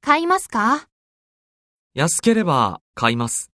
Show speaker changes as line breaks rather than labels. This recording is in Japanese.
買いますか
安ければ買います。